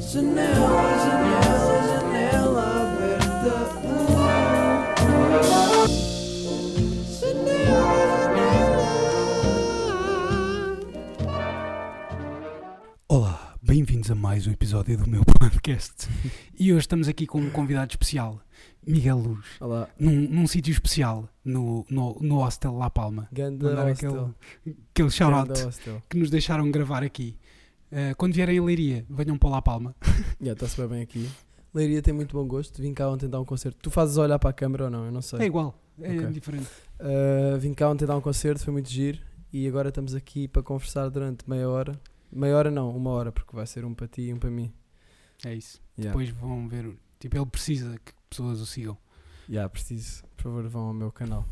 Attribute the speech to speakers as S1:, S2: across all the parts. S1: Janela, janela, janela aberta. Janela, janela.
S2: Olá, bem-vindos a mais um episódio do meu podcast. E hoje estamos aqui com um convidado especial, Miguel Luz,
S3: Olá.
S2: num, num sítio especial, no, no, no Hostel La Palma.
S3: Ganda
S2: Mandar aquele,
S3: hostel.
S2: aquele
S3: Ganda
S2: shout-out
S3: hostel.
S2: que nos deixaram gravar aqui. Eh, quando vierem a Leiria, venham para La Palma.
S3: Já está-se bem aqui. Leiria tem muito bom gosto. Vim cá ontem dar um concerto. Tu fazes olhar para a câmara ou não? Eu não sei.
S2: É igual, é
S3: Ok.
S2: diferente.
S3: Uh, vim cá ontem dar um concerto, foi muito giro. E agora estamos aqui para conversar durante meia hora. Meia hora não, uma hora, porque vai ser um para ti e um para mim.
S2: É isso.
S3: Yeah.
S2: Depois vão ver. o- Tipo, ele precisa que pessoas o sigam.
S3: Yeah, preciso. Por favor, vão ao meu canal.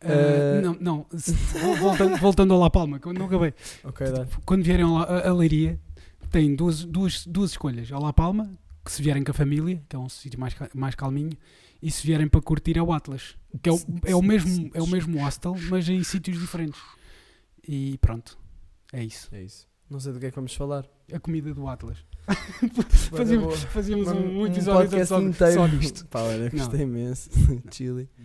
S2: Eh,
S3: Eh,
S2: não, não, se- vol- voltando, voltando ao La Palma, que eu não acabei.
S3: Ok, dá.
S2: Tipo, Quando vierem ao La- a, a Leiria, têm duas, duas, duas escolhas. A La Palma, que se vierem com a família, que é um sítio mais, ca- mais calminho, e se vierem para curtir é o Atlas, que é o, é o, mesmo, é o mesmo hostel, mas em sítios diferentes. E pronto, é isso.
S3: É isso. Não sei do que é que vamos falar.
S2: A comida do Atlas.
S3: Bora, boa.
S2: fazíamos fazíamos um,
S3: Um
S2: episódio
S3: podcast
S2: só,
S3: inteiro.
S2: só disto.
S3: Pá, olha,
S2: Não.
S3: gostei imenso. Chile.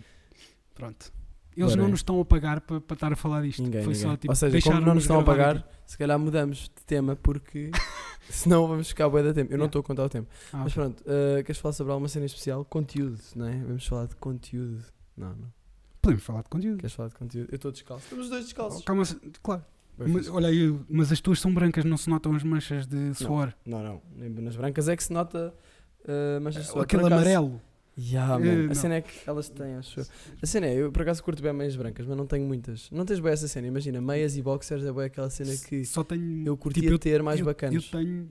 S2: Pronto. Eles
S3: Bora.
S2: não nos estão a pagar para, para estar a falar disto.
S3: Ninguém,
S2: Foi só
S3: ninguém.
S2: tipo
S3: Ou seja, como
S2: deixaram-nos
S3: não nos estão a
S2: gravar
S3: pagar,
S2: aqui.
S3: se calhar mudamos de tema porque senão vamos ficar bué da tempo. Eu não
S2: Yeah.
S3: estou a contar o tempo.
S2: Ah,
S3: Mas pronto, eh, queres falar sobre alguma cena especial? Conteúdo, não é? Vamos falar de conteúdo. Não, não.
S2: podemos falar de conteúdo.
S3: Queres falar de conteúdo? Eu estou descalço. Estamos os dois descalços.
S2: Calma, se- claro.
S3: Bem
S2: Mas,
S3: fixe.
S2: olha aí, mas as tuas são brancas, não se notam as manchas de suor.
S3: Não, não. Nem Nas brancas é que se nota eh, manchas de suor.
S2: Aquele
S3: Por acaso-
S2: amarelo.
S3: Yeah,
S2: Eh,
S3: man.
S2: não.
S3: a cena é que elas têm, acho eu. A cena é, eu por acaso curto bem meias brancas, mas não tenho muitas. Não tens bem essa cena, imagina, meias e boxers é bem aquela cena que
S2: Só tenho.
S3: eu curtia
S2: tipo, eu-
S3: ter mais
S2: eu,
S3: bacanas.
S2: Eu tenho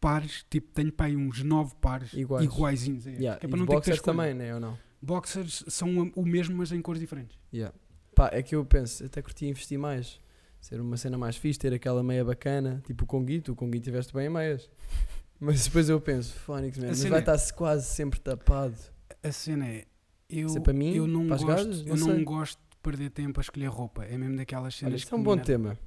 S2: pares, tipo, tenho para aí uns nove pares
S3: Iguais.
S2: iguaizinhos. a estes,
S3: Yeah,
S2: que é
S3: e
S2: para não
S3: de
S2: ter que ter
S3: boxers
S2: escolha.
S3: também, né? Ou não?
S2: Boxers são o- o mesmo, mas em cores diferentes.
S3: Yeah. Pá, é que eu penso, até curti investir mais. Ser uma cena mais fixe, ter aquela meia bacana, tipo o Congui, tu o Congui tiveste bem em meias. Mas depois eu penso, Phonics, man,
S2: A
S3: mas
S2: cena
S3: vai
S2: é-
S3: estar quase sempre tapado.
S2: A cena é. Eu,
S3: Isso é para mim?
S2: eu não,
S3: Para as
S2: gosto,
S3: gajas?
S2: eu
S3: Não
S2: não
S3: sei.
S2: gosto de perder tempo a escolher roupa. É mesmo daquelas
S3: Olha,
S2: cenas
S3: isto é
S2: que
S3: um
S2: me
S3: bom
S2: enervam.
S3: tema.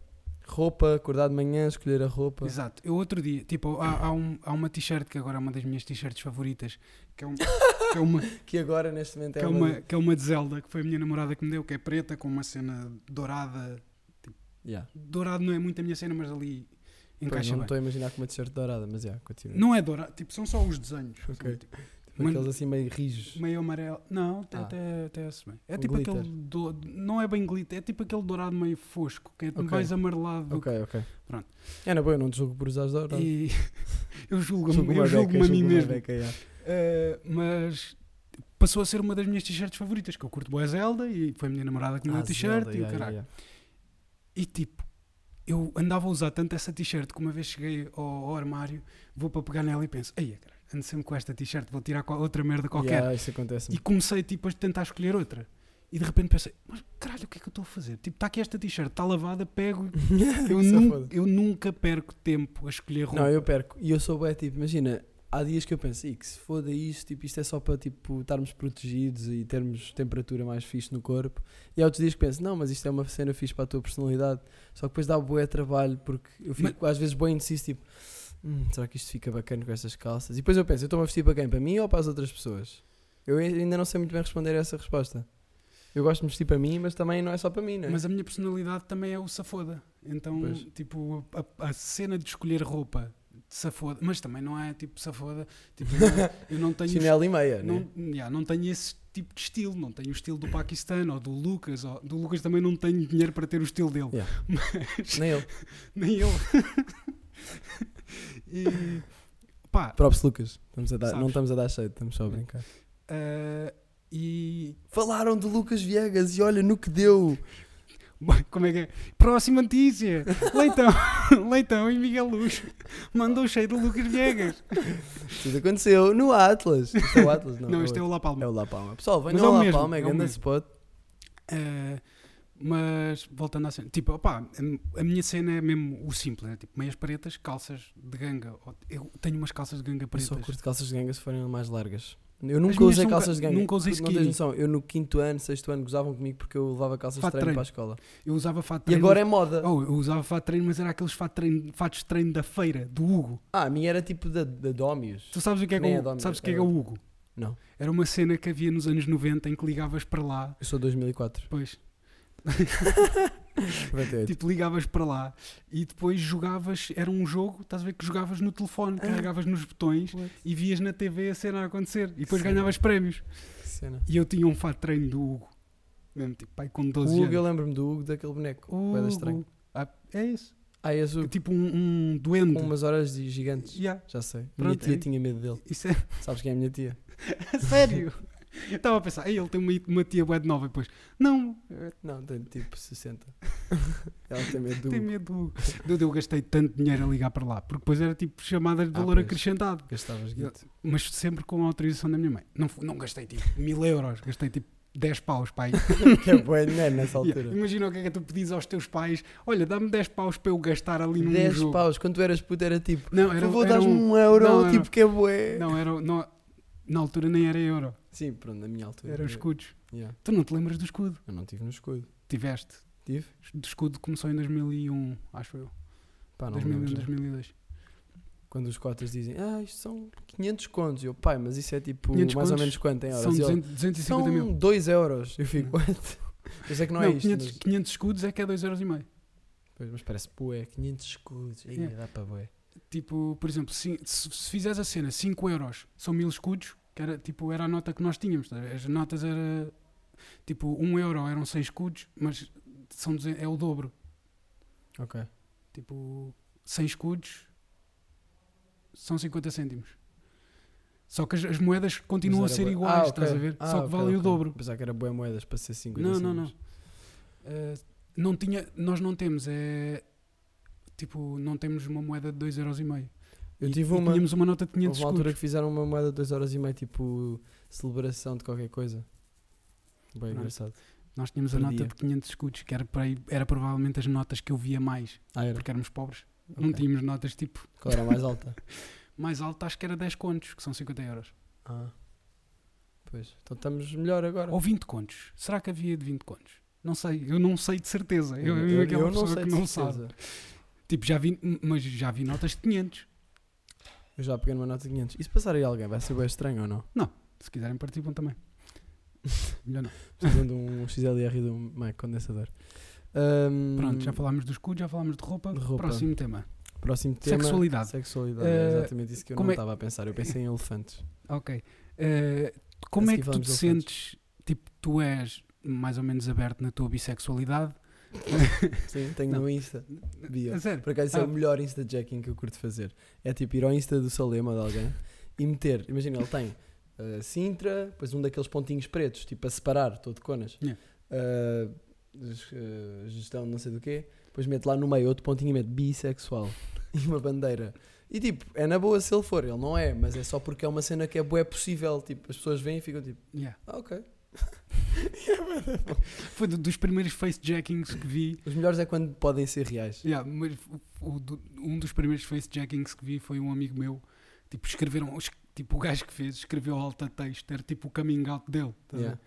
S3: Roupa, acordar de manhã, escolher a roupa.
S2: Exato. Eu outro dia, tipo, há, há um- há uma t-shirt que agora é uma das minhas t-shirts favoritas, que é, um- que é uma,
S3: Que agora, neste momento, é,
S2: que é,
S3: uma...
S2: uma, que é uma de Zelda, que foi a minha namorada que me deu, que é preta, com uma cena dourada.
S3: Yeah.
S2: Dourado não é muito a minha cena, mas ali
S3: Pois,
S2: encaixa
S3: não
S2: bem.
S3: estou a imaginar com uma t-shirt dourada, mas já, continua.
S2: Não é dourado, tipo, são só os desenhos.
S3: Ok.
S2: São, tipo,
S3: Tipo
S2: Mas-
S3: Aqueles assim meio rijos.
S2: meio amarelo. Não, até,
S3: Ah.
S2: até, até se bem. É
S3: Um
S2: tipo
S3: glitter.
S2: aquele. do- Não é bem glitter, é tipo aquele dourado meio fosco, que é
S3: Ok.
S2: mais amarelado.
S3: Ok, ok.
S2: Pronto.
S3: É na boa, eu não te julgo por usar dourada.
S2: E eu julgo-me eu julgo-me a mim mesmo. Uh, mas passou a ser uma das minhas t-shirts favoritas, que eu curto boa Zelda e foi a minha namorada que me
S3: Ah,
S2: deu a t-shirt e o caralho. E tipo, eu andava a usar tanto essa t-shirt que uma vez cheguei ao, ao armário, vou para pegar nela e penso, ei, caralho, ando sempre com esta t-shirt, vou tirar qual- outra merda qualquer.
S3: Yeah, isso acontece
S2: E comecei tipo a tentar escolher outra. E de repente pensei, mas caralho, o que é que eu estou a fazer? Tipo, está aqui esta t-shirt, está lavada, pego. e- Eu,
S3: é
S2: nun- eu nunca perco tempo a escolher roupa.
S3: Não, eu perco. E eu sou bué, tipo, imagina, há dias que eu penso, "Ih, que se foda isto, tipo, isto é só para, tipo, estarmos protegidos e termos temperatura mais fixe no corpo. E há outros dias que penso, não, mas isto é uma cena fixe para a tua personalidade. Só que depois dá bué trabalho, porque eu fico às vezes bem indeciso, tipo, "Hum, será que isto fica bacana com estas calças? E depois eu penso, eu estou-me a vestir para quem? Para mim ou para as outras pessoas? Eu ai- ainda não sei muito bem responder a essa resposta. Eu gosto de me vestir para mim, mas também não é só para mim, não é?
S2: Mas a minha personalidade também é o safoda. Então,
S3: Pois.
S2: tipo, a, a cena de escolher roupa de safoda, mas também não é tipo safoda. Tipo, eu, não, eu não tenho.
S3: Chinelo e meia, né? não,
S2: não, yeah, não tenho esse tipo de estilo. Não tenho o estilo do Paquistão ou do Lucas. Ou, do Lucas também não tenho dinheiro para ter o estilo dele.
S3: Yeah.
S2: Mas
S3: nem ele.
S2: nem eu. e pá.
S3: Props Lucas, estamos a dar-
S2: Sabes.
S3: não estamos a dar cheio, estamos só a brincar.
S2: ah, e
S3: Falaram de Lucas Viegas e olha no que deu.
S2: como é que é? Próxima notícia! Leitão, Leitão e Miguel Luz mandou cheio do Lucas Viegas.
S3: Tudo aconteceu no Atlas. Isto é o Atlas, não.
S2: Não, este é o La Palma.
S3: é o La Palma. Pessoal,
S2: Mas
S3: venham
S2: é o
S3: ao La
S2: mesmo,
S3: Palma,
S2: é
S3: é
S2: o
S3: grande
S2: mesmo.
S3: spot.
S2: Eh, mas voltando à cena, tipo, opá, a- a minha cena é mesmo o simples, né? tipo, meias pretas, calças de ganga. Ou- Eu tenho umas calças de ganga
S3: Eu só
S2: pretas.
S3: curto calças de ganga se forem mais largas. Eu
S2: As
S3: nunca
S2: minhas
S3: usei
S2: são
S3: calças
S2: ca-
S3: de ganga.
S2: nunca usei
S3: Tu Não tens
S2: skinny.
S3: noção. Eu no quinto ano, sexto ano, gozavam comigo porque eu levava calças
S2: Fato
S3: de treino
S2: treino.
S3: para a escola.
S2: Eu usava fato de
S3: E
S2: treino.
S3: agora é moda.
S2: Oh, eu usava fato de treino, mas era aqueles fato de treino- fatos de treino da feira, do Hugo.
S3: Ah, a minha era tipo da, da Domius.
S2: Tu sabes o que é, que é,
S3: Nem é
S2: o Hugo?
S3: Dominus,
S2: sabes o que é,
S3: é
S2: que é o Hugo?
S3: Não.
S2: Era uma cena que havia nos anos 90 em que ligavas para lá,
S3: Eu sou 2004.
S2: depois,
S3: 98.
S2: tipo, ligavas para lá e depois jogavas, era um jogo, estás a ver que jogavas no telefone, carregavas nos botões
S3: Ah. What?
S2: e vias na TV a cena a acontecer e depois
S3: cena.
S2: ganhavas prémios.
S3: Que cena.
S2: E eu tinha um fato de treino do Hugo, mesmo tipo, pai, com
S3: O
S2: 12
S3: Hugo, eu
S2: anos.
S3: lembro-me do Hugo, daquele boneco. Hugo. estranho.
S2: Ah, é isso.
S3: Ah, esse Hugo.
S2: Tipo um, um duende.
S3: Com umas horas de gigantes.
S2: Yeah.
S3: Já sei. minha
S2: Pronto,
S3: tia
S2: é-
S3: tinha medo dele.
S2: Isso é
S3: Sabes quem é a minha tia?
S2: a sério. Eu estava a pensar, "Ei, ele tem uma, uma tia bué de nova e depois. Não,
S3: Não, tem tipo 60. Ela tem medo do
S2: tem
S3: Hugo.
S2: medo. do Hugo." Dude, eu gastei tanto dinheiro a ligar para lá, porque depois era tipo chamadas de
S3: Ah,
S2: valor
S3: pois.
S2: acrescentado.
S3: Gastavas guito.
S2: Mas sempre com a autorização da minha mãe. Não, fu- não gastei tipo mil euros, gastei tipo 10 paus, pai.
S3: que é bué dinheiro nessa
S2: Yeah.
S3: altura.
S2: Imagina o que é que tu pedis aos teus pais: olha, dá-me 10 paus para eu gastar ali num
S3: 10
S2: jogo.
S3: paus. Quando tu eras puto era tipo...
S2: Não,
S3: Por
S2: era,
S3: favor,
S2: era
S3: dás-me
S2: um-
S3: um euro,
S2: não, era-
S3: tipo que é bué.
S2: Não, era. Não, na altura nem era euro,
S3: Sim, pronto, na minha altura.
S2: eram escudos.
S3: Yeah.
S2: Tu não te lembras do escudo?
S3: Eu não tive no escudo.
S2: Tiveste.
S3: Tive?
S2: O escudo começou em 2001, acho eu.
S3: Pá, Ah, não me lembro
S2: 2001,
S3: já.
S2: 2002. um.
S3: Quando os cotas dizem, ah, isto são 500 contos. Eu, pai, mas isso é tipo
S2: 500
S3: mais ou
S2: contos
S3: menos quanto em horas?
S2: São
S3: E ele,
S2: 200, 250
S3: são
S2: mil.
S3: 2 euros. Eu fico,
S2: Não.
S3: what? Eu sei que não,
S2: Não,
S3: é isto.
S2: 500,
S3: Mas,
S2: 500 escudos é que é 2,5€.
S3: pois, mas parece bué, 500 escudos. Ih,
S2: Yeah.
S3: dá para bué.
S2: Tipo, por exemplo, se, se, se fizeres a cena 5 euros, são 1000 escudos, que era, tipo, era a nota que nós tínhamos. tá a ver? As notas era tipo 1 euro eram 6 escudos, mas são 200, é o dobro.
S3: Ok.
S2: Tipo, 100 escudos são 50 cêntimos. Só que as, as moedas continuam a
S3: Mas era
S2: ser
S3: bué.
S2: iguais,
S3: Ah,
S2: estás
S3: ok.
S2: a ver?
S3: Ah,
S2: Só que
S3: ok,
S2: valem o
S3: ok.
S2: dobro.
S3: Pensava que era bué moedas para ser 50
S2: Não, não, não.
S3: cêntimos.
S2: Uh, não tinha, nós não temos, é tipo, não temos uma moeda de 2,5€.
S3: Eu
S2: E-
S3: tive
S2: e
S3: uma...
S2: Tínhamos uma nota de 500
S3: Houve uma altura
S2: escudos.
S3: que fizeram uma moeda de 2 horas e meia, tipo celebração de qualquer coisa. Bem
S2: Pronto.
S3: engraçado.
S2: Nós tínhamos a
S3: por
S2: nota
S3: dia.
S2: de 500 escudos, que era, para aí- era provavelmente as notas que eu via mais,
S3: Ah, era.
S2: porque éramos pobres. Não
S3: Ok.
S2: tínhamos notas tipo,
S3: Qual era a mais alta?
S2: mais alta acho que era 10 contos, que são 50 euros.
S3: Ah. Pois. Então estamos melhor agora.
S2: Ou 20 contos. Será que havia de 20 contos? Não sei, eu não sei de certeza. Eu, eu, aquela pessoa que
S3: de
S2: não sabe.
S3: certeza.
S2: Tipo, já vi, mas já vi notas de 500.
S3: Eu já peguei numa nota de 500. E se passar aí alguém, vai ser bem estranho ou não?
S2: Se quiserem participam também. Melhor não.
S3: Fazendo um XLR de um mic condensador. Ahm,
S2: Pronto, já falámos dos escudos, já falámos de roupa.
S3: Hum. De roupa.
S2: Próximo tema.
S3: Próximo tema.
S2: Sexualidade.
S3: Sexualidade.
S2: Eh,
S3: é exatamente isso que eu
S2: como
S3: não
S2: é-
S3: estava a pensar. Eu pensei em elefantes.
S2: Ok. Eh, como
S3: A
S2: é
S3: seguir
S2: que tu
S3: falamos
S2: te
S3: de
S2: sentes? Tipo, tu és mais ou menos aberto na tua bissexualidade.
S3: Sim, tenho
S2: Não.
S3: no Insta. Bio.
S2: A sério?
S3: Por acaso, isso é
S2: Ah.
S3: o melhor Insta-jacking que eu curto fazer. É tipo ir ao Insta do Salema de alguém e meter. Imagina, ele tem ah, Sintra, depois um daqueles pontinhos pretos, tipo a separar, todo de conas.
S2: Yeah.
S3: Ah, ges- ah, gestão, não sei do quê. Depois mete lá no meio outro pontinho e mete bissexual e uma bandeira. E tipo, é na boa se ele for, ele não é, mas é só porque é uma cena que é boa possível. Tipo, as pessoas vêm e ficam tipo,
S2: Yeah.
S3: ah, ok.
S2: Foi do- dos primeiros facejackings que vi.
S3: Os melhores é quando podem ser reais.
S2: Yeah, mas o- o do- um dos primeiros facejackings que vi foi um amigo meu. Tipo, escreveram. es- Tipo, o gajo que fez escreveu alta texto. Era tipo o coming out dele. tá a ver?
S3: Yeah.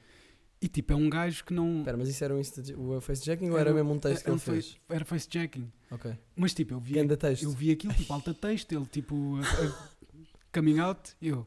S2: E tipo, é um gajo que não.
S3: Espera, mas isso era um Insta, o face-jacking ou
S2: Era
S3: era
S2: um-
S3: mesmo um texto
S2: era
S3: que ele
S2: um fa-
S3: fez?
S2: Era facejacking.
S3: Ok.
S2: Mas tipo, eu vi
S3: Ganda texto.
S2: Eu vi aquilo, tipo, alta texto, ele tipo, a, a, coming out, e eu,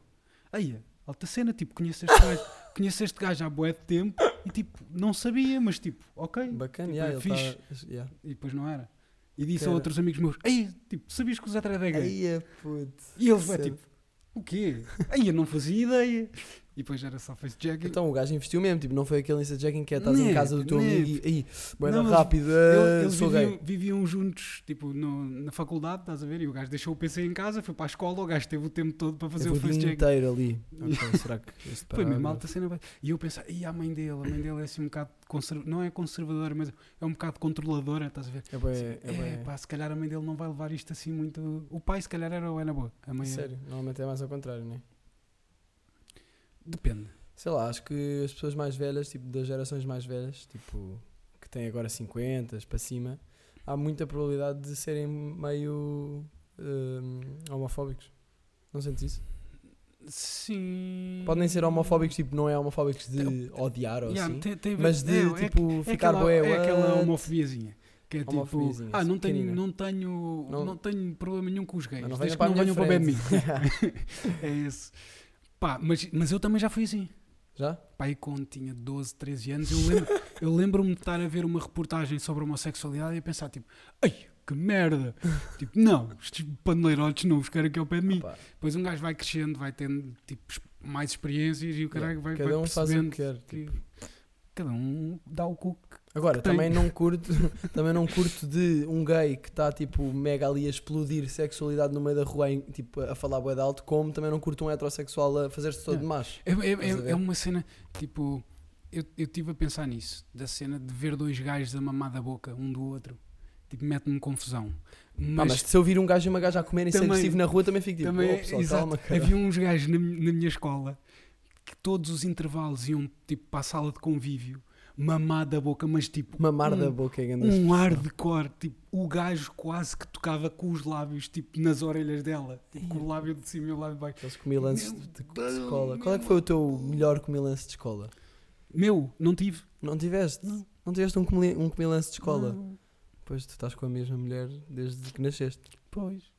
S2: aí, alta cena, tipo, conheço este gajo, conheço este gajo há bué de tempo e tipo, não sabia, mas tipo, ok,
S3: Bacana,
S2: Tipo,
S3: yeah,
S2: é
S3: ele
S2: fixe.
S3: tá- yeah.
S2: e depois não era. E disse a
S3: Cara.
S2: outros amigos meus, aí, tipo, sabias que o Zé Treda é gay?
S3: Aí é puto.
S2: E eles, bué,
S3: Percebo.
S2: tipo, o quê? Aí eu não fazia ideia. E depois era só facejack. Então,
S3: Então o gajo investiu mesmo, tipo, não foi aquele Instajacking que é estás em
S2: Nep,
S3: casa do teu
S2: nep.
S3: amigo e aí, bué da
S2: Não, eles-
S3: rápido, eh,
S2: eles
S3: sou
S2: viviam,
S3: gay.
S2: viviam juntos, tipo, no- na faculdade, estás a ver? E o gajo deixou o PC em casa, foi para a escola, o gajo teve o tempo todo para fazer
S3: Teve
S2: o
S3: o dia
S2: facejack.
S3: inteiro ali. Ok, será que este
S2: Foi mesmo
S3: parágrafo-
S2: alta cena. bué. E eu pensei, e a mãe dele, a mãe dele é assim um bocado conserv... não é conservadora, mas é um bocado controladora, estás a ver?
S3: É bué,
S2: É,
S3: é bué-
S2: pá, se calhar a mãe dele não vai levar isto assim muito. O pai, se calhar, era o Ana Boa. A mãe é-
S3: Sério, normalmente é mais ao contrário, né?
S2: Depende.
S3: Sei lá, acho que as pessoas mais velhas, tipo, das gerações mais velhas, tipo, que têm agora 50 para cima, há muita probabilidade de serem meio hum, homofóbicos. Não sentes isso?
S2: Sim.
S3: Podem ser homofóbicos, tipo, não é homofóbicos de odiar ou
S2: Então, Yeah,
S3: assim.
S2: tem- tem-
S3: Mas de,
S2: é, é-
S3: tipo,
S2: é
S3: ficar
S2: aquela,
S3: bué, hum,
S2: é aquela
S3: what?
S2: homofobiazinha. Que é tipo,
S3: Homofobiazinha,
S2: ah, não tenho,
S3: pequenina.
S2: não, tenho,
S3: Não-
S2: não, tenho problema nenhum com os gays.
S3: Mas não
S2: desde
S3: venham
S2: que
S3: para a
S2: não venham para bem de mim.
S3: minha
S2: é esse. Pá, mas, mas eu também já fui assim.
S3: Já?
S2: Pai, quando tinha 12, 13 anos, eu lembro- eu lembro-me de estar a ver uma reportagem sobre a homossexualidade e a pensar, tipo, ai, que merda! tipo, não, estes paneleirotes não vos querem que ao pé de mim.
S3: Pá,
S2: Depois um gajo vai crescendo, vai tendo tipo, es- mais experiências e o caralho vai,
S3: Cada
S2: vai
S3: um faz o
S2: percebendo
S3: que tipo. quer.
S2: que cada um dá o cu que
S3: Agora,
S2: que tem.
S3: também não curto também não curto de um gay que está tipo mega ali a explodir sexualidade no meio da rua em, tipo, a falar bué de alto, como também não curto um heterossexual a fazer-se todo de macho.
S2: É, é-
S3: Estás a
S2: é-
S3: ver?
S2: é uma cena, tipo, eu estive a pensar nisso, da cena de ver dois gajos a mamar da boca um do outro, tipo, mete-me confusão. Mas,
S3: Pá, Mas, se eu vir um gajo e uma gaja a comerem ser
S2: Também-
S3: agressivo na rua, também fico tipo,
S2: também, é
S3: "Oh, pessoal,
S2: exato,
S3: calma, cara."
S2: havia uns gajos na, mi- na minha escola que todos os intervalos iam, tipo, para a sala de convívio, mamar da boca, mas tipo,
S3: Mamar da
S2: um-
S3: boca é grande
S2: um ar de cor, tipo, o gajo quase que tocava com os lábios, tipo, nas orelhas dela, tipo, com o lábio de cima e o lábio de baixo.
S3: Aqueles comilances de, de- de escola. Qual é que foi o teu melhor comilance de escola?
S2: Meu, não tive.
S3: Não tiveste?
S2: Não.
S3: tiveste um, comili- um comilance de escola?
S2: Não,
S3: Pois tu estás com a mesma mulher desde que nasceste.
S2: pois.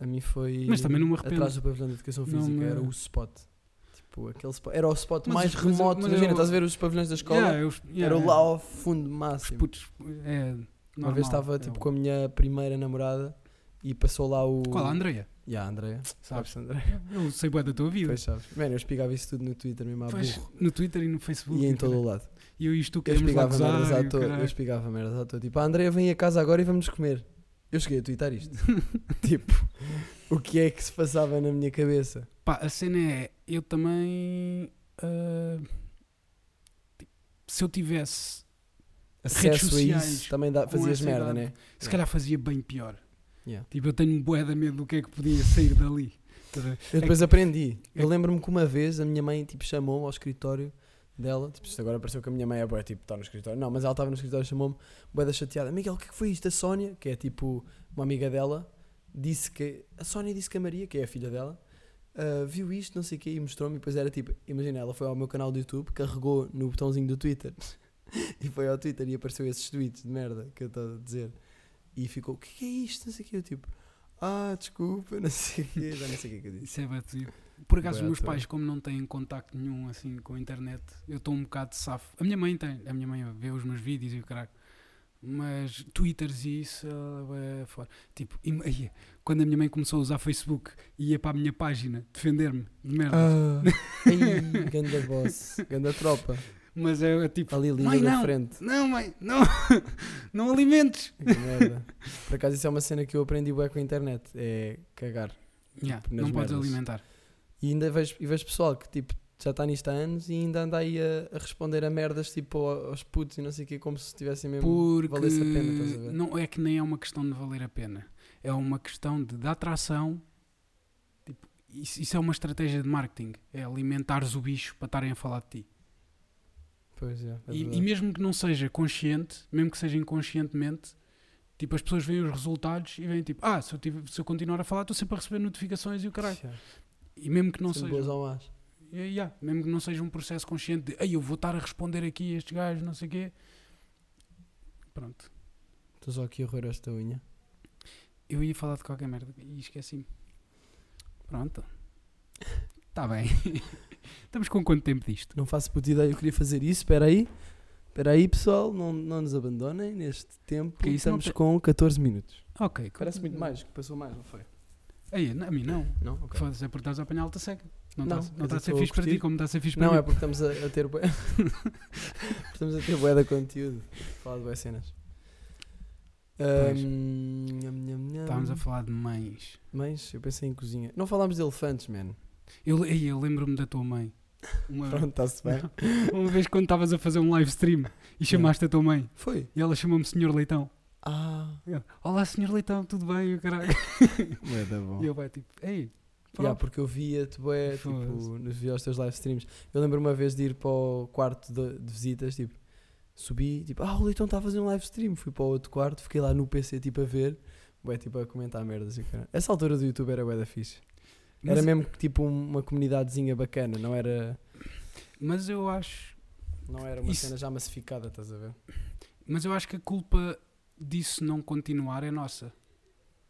S3: A mim foi.
S2: Mas também não me arrependo.
S3: Atrás do pavilhão de educação
S2: Não
S3: física
S2: me-
S3: era o spot. Tipo, aquele spot. Era o spot
S2: Mas os-
S3: mais
S2: mas eu-
S3: remoto.
S2: mas
S3: Imagina,
S2: eu-
S3: estás a ver os pavilhões da escola?
S2: Yeah, eu-
S3: era
S2: yeah,
S3: o lá ao fundo
S2: Os
S3: máximo.
S2: putos. É,
S3: Uma vez estava tipo, com a minha primeira namorada e passou lá o.
S2: Qual a Andreia?
S3: Yeah, a Andrea.
S2: Sabes?
S3: Sabes, Andrea?
S2: Eu sei boa da tua vida.
S3: Pois sabes. Mano, eu espigava isso tudo no Twitter mesmo à
S2: Pois,
S3: burro.
S2: no Twitter e no Facebook.
S3: E em
S2: e
S3: todo
S2: caralho.
S3: o lado.
S2: E eu e isto
S3: Eu
S2: queremos lá
S3: espigava merdas
S2: gozar.
S3: à
S2: e o
S3: toa. Eu
S2: caralho.
S3: espigava merdas à toa. Tipo, a Andrea vem a casa agora e vamos comer. Eu cheguei a twittar isto. tipo, o que é que se passava na minha cabeça?
S2: Pá, a cena é, eu também. ah, tipo, se eu tivesse. Redes
S3: Acesso a
S2: sociais
S3: isso também dá,
S2: com
S3: fazias
S2: essa
S3: merda,
S2: idade.
S3: né?
S2: Se
S3: Yeah.
S2: calhar fazia bem pior.
S3: Yeah.
S2: Tipo, eu tenho bué de medo do que é que podia sair dali. Estás a ver?
S3: Eu depois aprendi.
S2: é
S3: Eu lembro-me que uma vez a minha mãe tipo, chamou-me ao escritório dela. Tipo, isto agora pareceu que a minha mãe é boa, tipo, está no escritório. Não, mas ela estava no escritório e chamou-me, boeda chateada. Miguel, o que é que foi isto? A Sónia, que é tipo uma amiga dela, disse que. A Sónia disse que a Maria, que é a filha dela, ah, viu isto, não sei o quê, e mostrou-me. E depois era tipo, imagina, ela foi ao meu canal do YouTube, carregou no botãozinho do Twitter e foi ao Twitter e apareceu esses tweets de merda que eu estava a dizer. E ficou, o que é que é isto? Não sei o quê. Eu tipo. Ah, desculpa, não sei o quê, já não sei o que é que eu disse.
S2: Isso é bué de- Por acaso, os
S3: Bué à
S2: meus
S3: toa.
S2: pais, como não têm contacto nenhum assim com a internet, eu estou um bocado safo. A minha mãe tem, a minha mãe vê os meus vídeos e o caralho. Mas twitters e isso, ela vai fora. Tipo, im- aí, quando a minha mãe começou a usar Facebook, ia para a minha página defender-me de merda.
S3: Ah, ai, ganda boss, ganda tropa.
S2: Mas é, é tipo,
S3: Ali a linha
S2: Mãe,
S3: da
S2: não.
S3: frente.
S2: não mãe, não, não alimentes.
S3: Que merda. Por acaso isso é uma cena que eu aprendi bué com a internet, é cagar.
S2: Yeah,
S3: Tipo, nas
S2: não podes
S3: merdas.
S2: alimentar.
S3: E ainda vejo, e vejo pessoal que tipo já está nisto há anos e ainda anda aí a, a responder a merdas tipo ao- aos putos e não sei o quê, como se tivessem mesmo
S2: Porque
S3: valesse a pena, estás a ver?
S2: não é que nem é uma questão de valer a pena. É uma questão de, de atração. Tipo, isso, isso é uma estratégia de marketing. É alimentares o bicho para estarem a falar de ti.
S3: Pois é, é
S2: E- e,
S3: verdade.
S2: mesmo que não seja consciente, mesmo que seja inconscientemente, tipo, as pessoas veem os resultados e veem tipo, ah, se eu, tive- se eu continuar a falar, estou sempre a receber notificações e o caralho.
S3: Yeah.
S2: E mesmo que não
S3: Sendo
S2: seja.
S3: boas ou más.
S2: Yeah, yeah. Mesmo que não seja um processo consciente de Ei, eu vou estar a responder aqui a estes gajos, não sei o quê. Pronto.
S3: Estou só aqui a roer esta unha.
S2: Eu ia falar de qualquer merda e esqueci-me. Pronto. Está bem. Estamos com quanto tempo disto?
S3: Não faço puta ideia, eu queria fazer isso, espera aí. Espera aí pessoal, não, não nos abandonem neste tempo.
S2: Que isso não
S3: Estamos
S2: tem-
S3: com 14 minutos.
S2: Ok.
S3: Parece muito mais, que passou mais, não foi?
S2: Aí, a mim não.
S3: Não,
S2: Foda-se, é porque estás a apanhar alta seca. Não
S3: Não,
S2: está
S3: eu
S2: não tá a ser
S3: estou a
S2: fixe para ti
S3: curtir.
S2: como está a ser fixe para
S3: Não,
S2: mim.
S3: é porque estamos a, a ter bué... estamos a ter bué de conteúdo. Falar de bué cenas.
S2: Pois.
S3: Ahm, nham, nham, nham.
S2: Estávamos a falar de mães.
S3: Mas eu pensei em cozinha. Não falámos de elefantes, man.
S2: Eu, aí, eu lembro-me da tua mãe. Uma,
S3: Pronto, está-se bem.
S2: uma vez quando estavas a fazer um live stream e chamaste a tua mãe.
S3: Foi.
S2: E ela chamou-me Senhor Leitão.
S3: Ah,
S2: E ela, Olá, Senhor Leitão, tudo bem? E o caralho.
S3: bué da bom.
S2: E eu vai tipo, ei,
S3: Yeah,
S2: pronto.
S3: porque eu via-te bué, tipo,
S2: Foda-se.
S3: nos via aos teus live streams. Eu lembro uma vez de ir para o quarto de, de visitas, tipo, subi, tipo, ah, o Leitão está a fazer um live stream. Fui para o outro quarto, fiquei lá no PC, tipo, a ver, bué, tipo, a comentar merdas e o caralho. Essa altura do YouTube era bué da fixe. Era
S2: Mas-
S3: mesmo tipo um- uma comunidadezinha bacana, não era,
S2: Mas eu acho.
S3: não era uma
S2: Isso-
S3: cena já massificada, estás a ver?
S2: Mas eu acho que a culpa disso não continuar é nossa.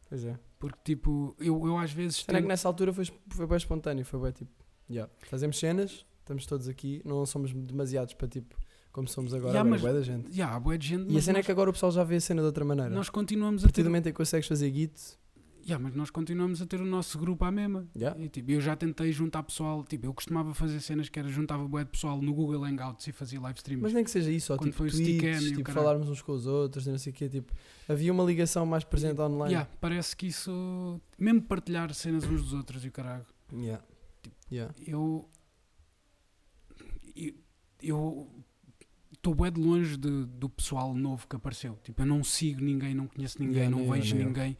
S3: Pois é.
S2: Porque, tipo, eu, eu às vezes.
S3: Será que
S2: tento-
S3: nessa altura foi, foi bem espontâneo? Foi bem tipo, yeah, fazemos cenas, estamos todos aqui, não somos demasiados para tipo, como somos agora,
S2: Yeah,
S3: agora
S2: mas-
S3: é bué da gente.
S2: Ya, há bué de gente.
S3: E a
S2: mas
S3: cena é
S2: nós,
S3: que agora o pessoal já vê a cena de outra maneira.
S2: nós continuamos
S3: a
S2: a
S3: partir
S2: ter.
S3: do momento em que consegues fazer git,
S2: Ya, mas nós continuamos a ter o nosso grupo à mesma.
S3: yeah,
S2: E, tipo, eu já tentei juntar pessoal. Tipo, eu costumava fazer cenas que era juntava bué de pessoal no Google Hangouts e fazia live streams.
S3: mas nem que seja isso, ou
S2: Hum. Quando
S3: tipo
S2: foi o Stick Man e
S3: tweets,
S2: o
S3: tipo
S2: caralho.
S3: falarmos uns com os outros, não sei o quê, tipo, havia uma ligação mais presente online.
S2: Ya, parece que isso. Mesmo partilhar cenas uns dos outros e o caralho.
S3: Yeah. Yeah.
S2: eu eu- eu estou bem de longe de- do pessoal novo que apareceu. Tipo, eu não sigo ninguém, não conheço ninguém,
S3: Yeah, nem
S2: não
S3: eu,
S2: vejo
S3: nem eu.
S2: ninguém.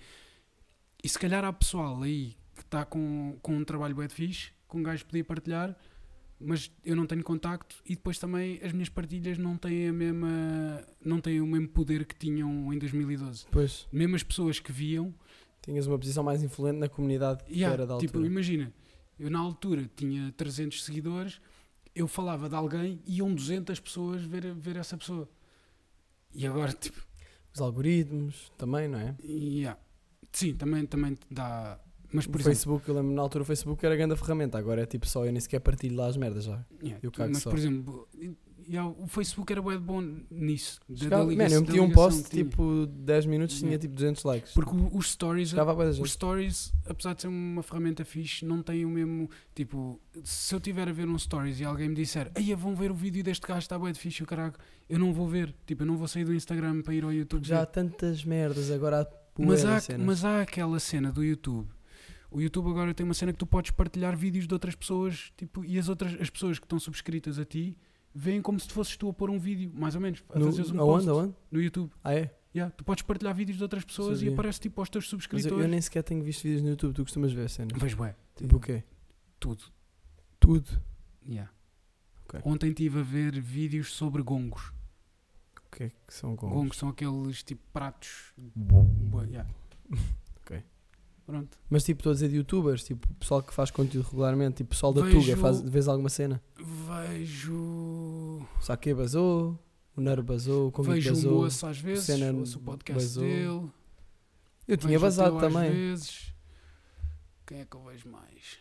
S2: E se calhar há pessoal aí que está com, com um trabalho bem fixe, que um gajo podia partilhar, mas eu não tenho contacto e depois também as minhas partilhas não têm a mesma não têm o mesmo poder que tinham em 2012.
S3: Depois
S2: Mesmo as pessoas que viam
S3: tinhas uma posição mais influente na comunidade que
S2: Yeah,
S3: era da
S2: tipo,
S3: altura.
S2: imagina, eu na altura tinha 300 seguidores, eu falava de alguém e iam 200 pessoas ver, ver essa pessoa. E agora, tipo,
S3: Os algoritmos também, não é?
S2: yeah. sim, também, também te dá. Mas por
S3: o
S2: exemplo,
S3: Facebook, eu lembro na altura o Facebook era a grande ferramenta, agora é tipo só eu nem sequer partilho lá as merdas já.
S2: yeah,
S3: eu
S2: tu-
S3: cago
S2: mas,
S3: só.
S2: por exemplo e- e há- o Facebook era bué de bom nisso. da- da
S3: Chegava,
S2: ligação-
S3: man, eu
S2: da
S3: meti um
S2: ligação
S3: post
S2: que tinha.
S3: tipo 10 minutos tinha
S2: Yeah.
S3: tipo 200 likes.
S2: Porque o- os stories,
S3: Chegava a bué da gente.
S2: os stories, apesar de ser uma ferramenta fixe, não tem o mesmo. Tipo, se eu tiver a ver um stories e alguém me disser, aí vão ver o vídeo deste gajo, está bué de fixe, o caraca, eu não vou ver. Tipo, eu não vou sair do Instagram para ir ao YouTube.
S3: Já há
S2: ver.
S3: tantas merdas, agora há bué
S2: mas,
S3: de
S2: há,
S3: cenas.
S2: mas há aquela cena do YouTube. O YouTube agora tem uma cena que tu podes partilhar vídeos de outras pessoas, tipo, e as outras as pessoas que estão subscritas a ti veem como se fosses tu a pôr um vídeo, mais ou menos, a
S3: No-
S2: fazeres um post
S3: aonde, aonde?
S2: no YouTube.
S3: Ah é?
S2: Yeah, tu podes partilhar vídeos de outras pessoas e
S3: Sabia.
S2: aparece tipo aos teus
S3: Mas eu,
S2: subscritores.
S3: eu nem sequer tenho visto vídeos no YouTube, tu costumas ver cenas.
S2: Vejo, ué,
S3: Tipo o quê?
S2: tudo.
S3: Tudo.
S2: Yeah.
S3: Ok.
S2: Ontem estive a ver vídeos sobre gongos.
S3: O que é que são
S2: Gongos,
S3: com
S2: são aqueles tipo pratos. Bué, yeah.
S3: Ok.
S2: Pronto.
S3: Mas tipo, estou a dizer de youtubers, tipo, pessoal que faz conteúdo regularmente, tipo, pessoal da
S2: Vejo-
S3: Tuga, faz, vês alguma cena?
S2: Vejo.
S3: O Saque basou, o Nero basou, o Convite
S2: vejo o
S3: basou.
S2: moço às vezes,
S3: cena
S2: ouço o podcast
S3: vazou.
S2: dele.
S3: Eu tinha
S2: vejo o teu
S3: basado
S2: às
S3: também.
S2: vezes. Quem é que eu vejo mais?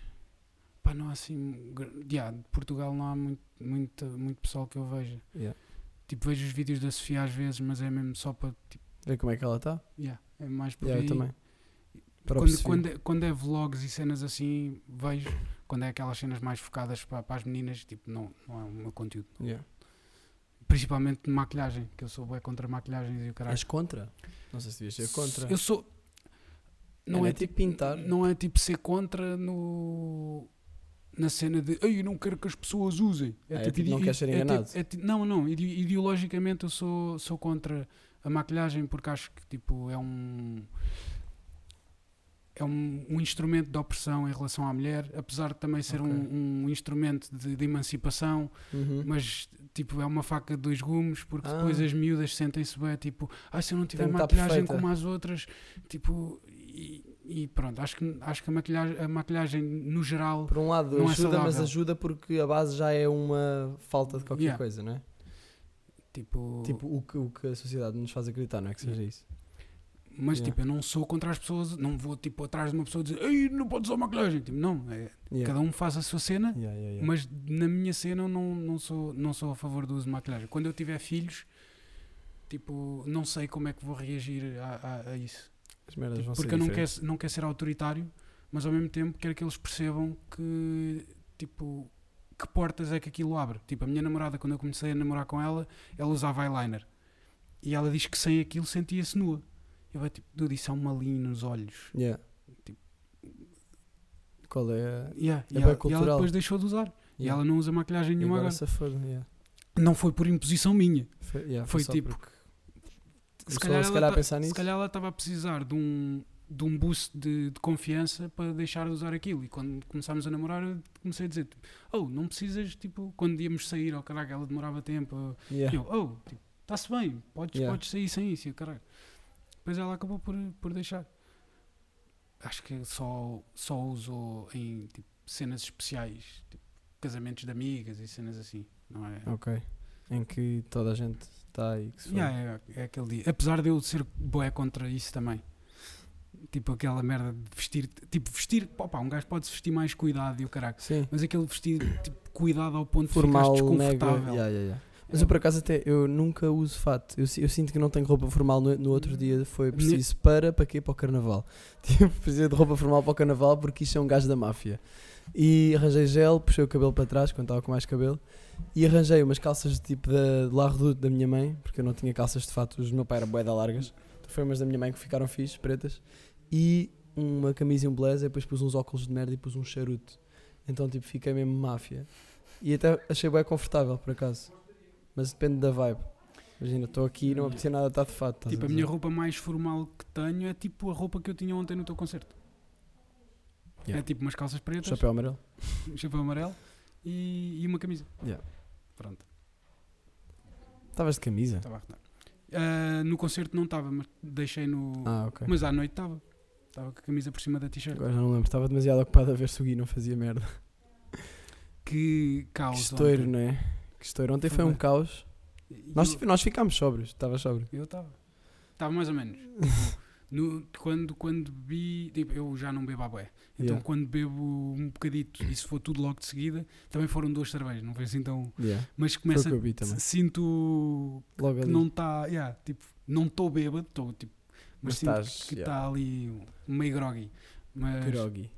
S2: Pá, não há assim. gr- Yeah, de Portugal não há muito, muito, muito pessoal que eu veja.
S3: Yeah.
S2: Tipo, vejo os vídeos da Sofia às vezes, mas é mesmo só para. Tipo,
S3: Vê como é que ela está?
S2: yeah, é mais por
S3: Yeah,
S2: aí.
S3: eu também. Para
S2: quando, quando, é, quando é vlogs e cenas assim, vejo. Quando é aquelas cenas mais focadas para, para as meninas, tipo, não, não é o meu conteúdo.
S3: Yeah.
S2: Principalmente de maquilhagem, que eu sou bem contra maquilhagens e o caralho.
S3: És contra? Não sei se devias ser contra.
S2: Eu sou. Não
S3: Era
S2: é, tipo
S3: tipo pintar.
S2: Não é tipo ser contra no. Na cena de. Ei, eu não quero que as pessoas usem.
S3: Ah, é tipo, não queres ser
S2: é tipo-
S3: enganado.
S2: é ti- não, não. ide- Ideologicamente eu sou, sou contra a maquilhagem porque acho que tipo é um. É um, um instrumento de opressão em relação à mulher, apesar de também ser
S3: Ok.
S2: um, um instrumento de- de emancipação
S3: Uhum.
S2: mas tipo é uma faca de dois gumes porque
S3: Ah.
S2: depois as miúdas sentem-se bem tipo ah se eu não tiver
S3: Tem que estar
S2: maquilhagem
S3: perfeita."
S2: como as outras tipo e, e pronto acho que acho que a maquilhagem, a maquilhagem no geral
S3: Por um lado
S2: Não é
S3: ajuda, mas
S2: saudável.
S3: ajuda porque a base já é uma falta de qualquer
S2: Yeah.
S3: coisa, não é?
S2: tipo,
S3: Tipo, o que, o que a sociedade nos faz acreditar, não é que seja isso?
S2: mas
S3: yeah.
S2: tipo eu não sou contra as pessoas não vou tipo atrás de uma pessoa dizer ei não podes usar maquilhagem tipo não é,
S3: Yeah.
S2: cada um faz a sua cena
S3: Yeah, yeah, yeah.
S2: mas na minha cena eu não, não sou não sou a favor do uso de maquilhagem quando eu tiver filhos tipo não sei como é que vou reagir a- a- a isso
S3: As merdas
S2: Tipo,
S3: vão
S2: porque
S3: ser
S2: eu não quero,
S3: diferentes.
S2: não quero ser autoritário, mas ao mesmo tempo quero que eles percebam que, tipo, que portas é que aquilo abre. Tipo, a minha namorada, quando eu comecei a namorar com ela, ela usava eyeliner. E ela diz que sem aquilo sentia-se nua. Eu vai tipo, dude, isso é uma linha nos olhos.
S3: Yeah.
S2: Tipo-
S3: Qual é a.
S2: Yeah,
S3: É
S2: e, ela,
S3: bem
S2: e ela
S3: cultural.
S2: depois deixou de usar. E ela não usa maquilhagem nenhuma
S3: agora
S2: agora.
S3: se foda, yeah.
S2: Não foi por imposição minha.
S3: Foi, yeah,
S2: Foi
S3: só
S2: tipo,
S3: porque-
S2: Se
S3: Começou
S2: calhar,
S3: a- se
S2: ela
S3: calhar a
S2: ta-
S3: pensar nisso?
S2: se calhar ela estava a precisar de um, de um boost de, de confiança para deixar de usar aquilo. E quando começámos a namorar, eu comecei a dizer: tipo, Oh, não precisas. Tipo, quando íamos sair, oh caraca, ela demorava tempo.
S3: Yeah.
S2: Eu, oh, tipo, está-se bem, podes,
S3: Yeah.
S2: podes sair sem isso. e eu, Caraca. Depois ela acabou por, por deixar. acho que só, só usou em tipo, cenas especiais, tipo, casamentos de amigas e cenas assim, não é?
S3: Ok. Em que toda a gente está e que se
S2: Yeah, é, é aquele dia. Apesar de eu ser boé contra isso também. Tipo aquela merda de vestir. Tipo, vestir. Opa, um gajo pode se vestir mais cuidado e o caraca.
S3: Sim.
S2: Mas aquele vestir tipo, cuidado ao ponto
S3: Formal,
S2: de ficares
S3: nega.
S2: desconfortável. É,
S3: Yeah, yeah, yeah. Mas eu por acaso até eu nunca uso fato. Eu, si- eu sinto que não tenho roupa formal no, no outro dia. Foi
S2: Ne-
S3: preciso para, para quê? Para o carnaval. Tipo, precisei de roupa formal para o carnaval porque isto é um gajo da máfia. E arranjei gel, puxei o cabelo para trás quando estava com mais cabelo. E arranjei umas calças de tipo da, de La Redoute da minha mãe, porque eu não tinha calças de fato. Os do meu pai eram boeda largas. Então foi umas da minha mãe que ficaram fixe, pretas. E uma camisa e um blazer. Depois pus uns óculos de merda e pus um charuto. Então tipo, fiquei mesmo máfia. E até achei bem confortável, por acaso. Mas depende da vibe. Imagina, estou aqui e não apetecia nada estar de fato. estás
S2: Tipo, a
S3: dizer?
S2: minha roupa mais formal que tenho é tipo a roupa que eu tinha ontem no teu concerto.
S3: Yeah.
S2: É tipo umas calças pretas,
S3: Chapéu amarelo.
S2: um chapéu amarelo e, e uma camisa.
S3: Yeah.
S2: Pronto,
S3: Estavas de camisa?
S2: estava a retar. Ah, no concerto não estava, mas deixei no.
S3: Ah, ok.
S2: Mas à noite estava. Estava com a camisa por cima da t-shirt.
S3: Agora já não lembro. Estava demasiado ocupado a ver se o Gui não fazia merda.
S2: Que
S3: que
S2: caos.
S3: estouro,
S2: ontem.
S3: não é? Que estouro. Ontem
S2: Foi
S3: foi um
S2: bem.
S3: caos.
S2: E
S3: Nós,
S2: eu-
S3: nós ficámos sóbrios. Estava sóbrio.
S2: Eu estava. Estava mais ou menos. Tipo, no- quando, quando bebi. Tipo, eu já não bebo à bué. Então
S3: Yeah.
S2: quando bebo um bocadito e se for tudo logo de seguida, também foram duas cervejas, não foi assim tão.
S3: Yeah.
S2: Mas
S3: Foi o
S2: começa.
S3: que eu vi também.
S2: Sinto
S3: Logo
S2: que
S3: ali.
S2: não está. Yeah, tipo, não estou bêbado, estou tipo.
S3: Mas
S2: Mas, sinto
S3: estás,
S2: que está
S3: yeah.
S2: ali meio groggy. Mas,
S3: Pirogi.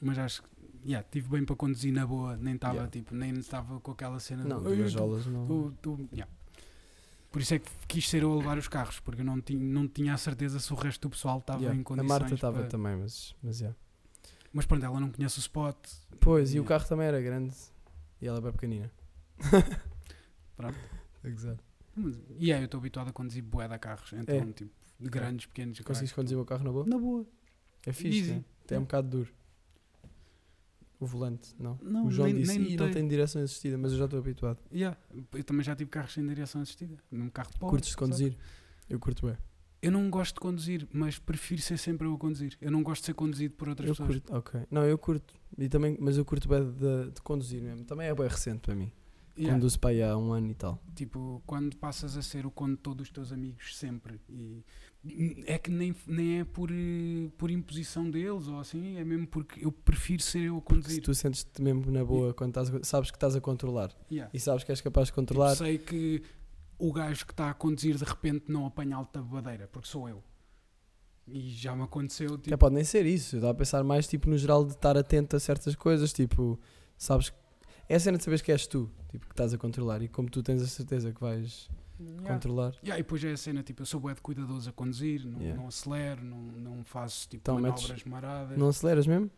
S2: mas acho que. Yeah, tive bem para conduzir na boa, nem estava
S3: Yeah.
S2: tipo, nem estava com aquela cena
S3: Não,
S2: do, "Ei,
S3: duas
S2: tu-
S3: olas não.
S2: Tu- tu- yeah. Por isso é que quis ser eu a levar os carros, porque eu não tinha, não tinha a certeza se o resto do pessoal estava
S3: Yeah.
S2: em
S3: A
S2: condições.
S3: Marta estava
S2: para-
S3: também, mas, mas yeah.
S2: Mas pronto, ela não conhece o spot.
S3: Pois, e o
S2: Yeah.
S3: carro também era grande. E ela é bem pequenina.
S2: Pronto.
S3: Exato.
S2: Mas- E é, eu estou habituado a conduzir bué de carros, então
S3: É.
S2: tipo, de grandes, pequenos.
S3: Consegues
S2: caralho.
S3: conduzir o meu carro na boa?
S2: Na boa.
S3: É fixe,
S2: Easy.
S3: né? Até é um bocado duro. O volante, não.
S2: Não,
S3: o João
S2: nem-
S3: disse,
S2: nem
S3: e não
S2: notei."
S3: tem direção assistida, mas eu já estou habituado.
S2: Yeah. Eu também já tive carros sem direção assistida, num carro de pobre,
S3: Curtes de
S2: sabe?
S3: conduzir? Eu curto bem.
S2: Eu não gosto de conduzir, mas prefiro ser sempre eu a conduzir. Eu não gosto de ser conduzido por outras
S3: Eu
S2: pessoas.
S3: curto, ok. Não, eu curto. E também, mas eu curto bem de, de conduzir mesmo. Também é bem recente para mim.
S2: Yeah.
S3: Conduzo para aí há um ano e tal.
S2: Tipo, quando passas a ser o condutor dos teus amigos sempre. E é que nem, nem é por, eh, por imposição deles ou assim, é mesmo porque eu prefiro ser eu a
S3: Se
S2: conduzir.
S3: tu sentes-te mesmo na boa quando estás, a- sabes que estás a controlar
S2: Yeah.
S3: e sabes que és capaz de
S2: Tipo,
S3: controlar,
S2: sei que o gajo que está a conduzir de repente não apanha alta badeira, porque sou eu. E já me aconteceu,
S3: até
S2: tipo,
S3: pode nem ser isso. Eu estava a pensar mais tipo no geral de estar atento a certas coisas, tipo, sabes que é a cena de saberes que és tu, tipo, que estás a controlar e como tu tens a certeza que vais
S2: yeah.
S3: controlar.
S2: Yeah, e depois é a cena, tipo, eu sou bué de cuidadoso a conduzir, não,
S3: Yeah.
S2: não acelero, não, não faço tipo
S3: Então, metes-
S2: manobras maradas, não,
S3: Não aceleras mesmo?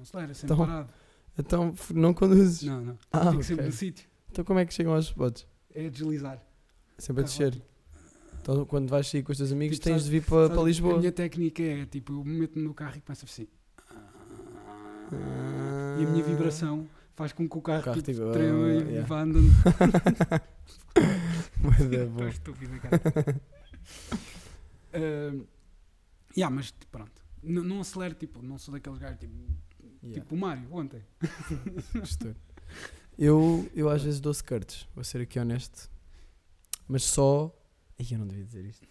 S2: acelero, é sempre
S3: Então-
S2: parado.
S3: Então f- não conduzes.
S2: Não, não.
S3: Ah,
S2: Fico sempre
S3: ok.
S2: no sítio.
S3: Então como é que chegam aos spots?
S2: É deslizar.
S3: Sempre a
S2: Carro
S3: descer. Então quando vais sair com os teus amigos
S2: Tipo,
S3: tens
S2: sabes-
S3: de vir para,
S2: Sabes,
S3: para Lisboa.
S2: A minha técnica é tipo, eu meto-me no carro e começo assim. E a minha vibração faz com que o carro,
S3: O carro,
S2: tipo,
S3: tipo,
S2: trema e
S3: yeah.
S2: vá andando.
S3: Bué da
S2: Estou
S3: bom.
S2: estúpido, cara. Ah, yeah, mas tipo, pronto. N- não acelero, tipo, não sou daqueles gajos tipo,
S3: Yeah.
S2: tipo o Mário ontem.
S3: Gestor. Eu, eu às vezes dou skirts, vou ser aqui honesto. Mas só. Ai, eu não devia dizer isto.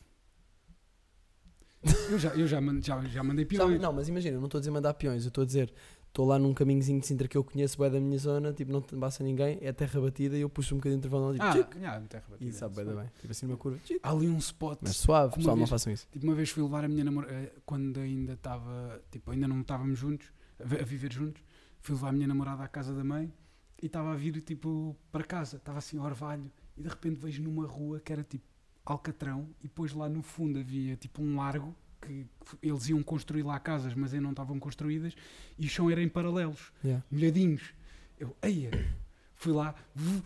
S2: Eu já, eu já, mandei, já, já mandei
S3: Já-
S2: piões.
S3: não, mas imagina, eu não estou a dizer mandar peões, eu estou a dizer. Estou lá num caminhozinho de Sintra que eu conheço bem da minha zona, tipo, não te passa ninguém, é terra batida e eu puxo um bocadinho de intervalo tipo,
S2: Ah,
S3: tchic,
S2: yeah, não tem rebatida,
S3: e sabe bem da
S2: sabe.
S3: bem. Tipo assim numa curva. tchic.
S2: Há ali um spot.
S3: Mas suave,
S2: Uma
S3: pessoal, não
S2: vez-
S3: façam isso.
S2: Tipo, uma vez fui levar a minha namorada, quando ainda estava, tipo, ainda não estávamos juntos, a vi- a viver juntos, fui levar a minha namorada à casa da mãe e estava a vir, tipo, para casa, estava assim, a orvalho, e de repente vejo numa rua que era, tipo, Alcatrão, e depois lá no fundo havia, tipo, um largo, que f- eles iam construir lá casas, mas ainda não estavam construídas, e o chão era em paralelos,
S3: Yeah.
S2: molhadinhos. Eu, eia, fui lá, vu-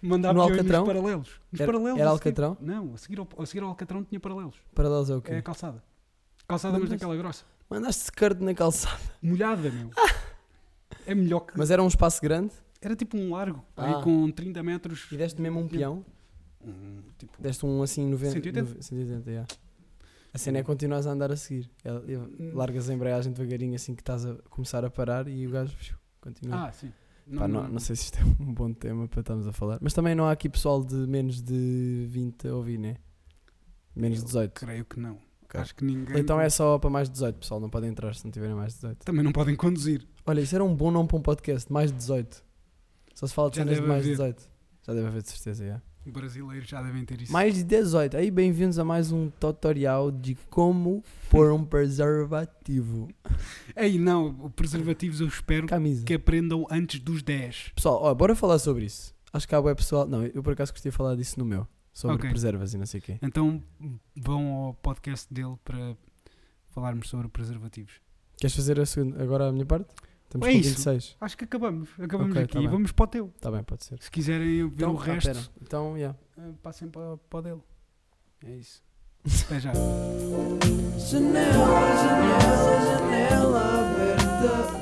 S2: mandar
S3: No
S2: piões nos
S3: Alcatrão?
S2: paralelos. Nos
S3: Era-
S2: paralelos é
S3: era
S2: a seguir.
S3: Alcatrão?
S2: Não, a seguir ao, a seguir ao Alcatrão tinha paralelos.
S3: Paralelos é o
S2: É
S3: quê?
S2: a calçada. Calçada, mas
S3: Mandaste-
S2: daquela grossa.
S3: Mandaste skirt na calçada.
S2: Molhada, meu. É melhor que.
S3: Mas era um espaço grande
S2: Era tipo um largo,
S3: Ah.
S2: aí com 30 metros.
S3: e deste mesmo um peão.
S2: Um, tipo,
S3: Deste um assim 90.
S2: 180?
S3: 90, 180, yeah. A cena é continuas a andar a seguir. Ela-
S2: Hum.
S3: eu- Largas a embreagem devagarinho assim que estás a começar a parar e o gajo piu, continua.
S2: Ah, sim.
S3: Pá, não, não sei se isto é um bom tema para estarmos a falar. Mas também não há aqui pessoal de menos de 20 a ouvir, né? Menos de
S2: Eu
S3: 18.
S2: Creio que não.
S3: Ok.
S2: Acho que ninguém.
S3: Então é só para mais de 18, pessoal. Não podem entrar se não tiverem mais de 18.
S2: Também não podem conduzir.
S3: Olha, isso era um bom nome para um podcast. Mais de 18. Só se fala de
S2: Já
S3: cenas de
S2: deve
S3: mais de
S2: haver.
S3: 18. Já deve haver de certeza, já.
S2: Brasileiros já devem ter isso.
S3: Mais de 18. Aí, bem-vindos a mais um tutorial de como pôr um preservativo.
S2: Ei, não, preservativos eu espero
S3: Camisa.
S2: que aprendam antes dos 10.
S3: Pessoal, ó, bora falar sobre isso. Acho que há web pessoal. Não, eu por acaso gostaria de falar disso no meu. Sobre
S2: Ok.
S3: preservas e não sei o quê.
S2: Então vão ao podcast dele para falarmos sobre preservativos.
S3: Queres fazer a segunda- agora a minha parte? Estamos
S2: É
S3: com
S2: isso.
S3: 26.
S2: Acho que acabamos. Acabamos
S3: Ok,
S2: aqui
S3: tá
S2: e
S3: bem.
S2: vamos para o teu.
S3: Está bem, pode ser.
S2: Se quiserem ver o
S3: ah,
S2: resto,
S3: pera. Então, yeah.
S2: eh, passem para, para o dele. É isso. Até já.
S1: Janela, janela, janela aberta.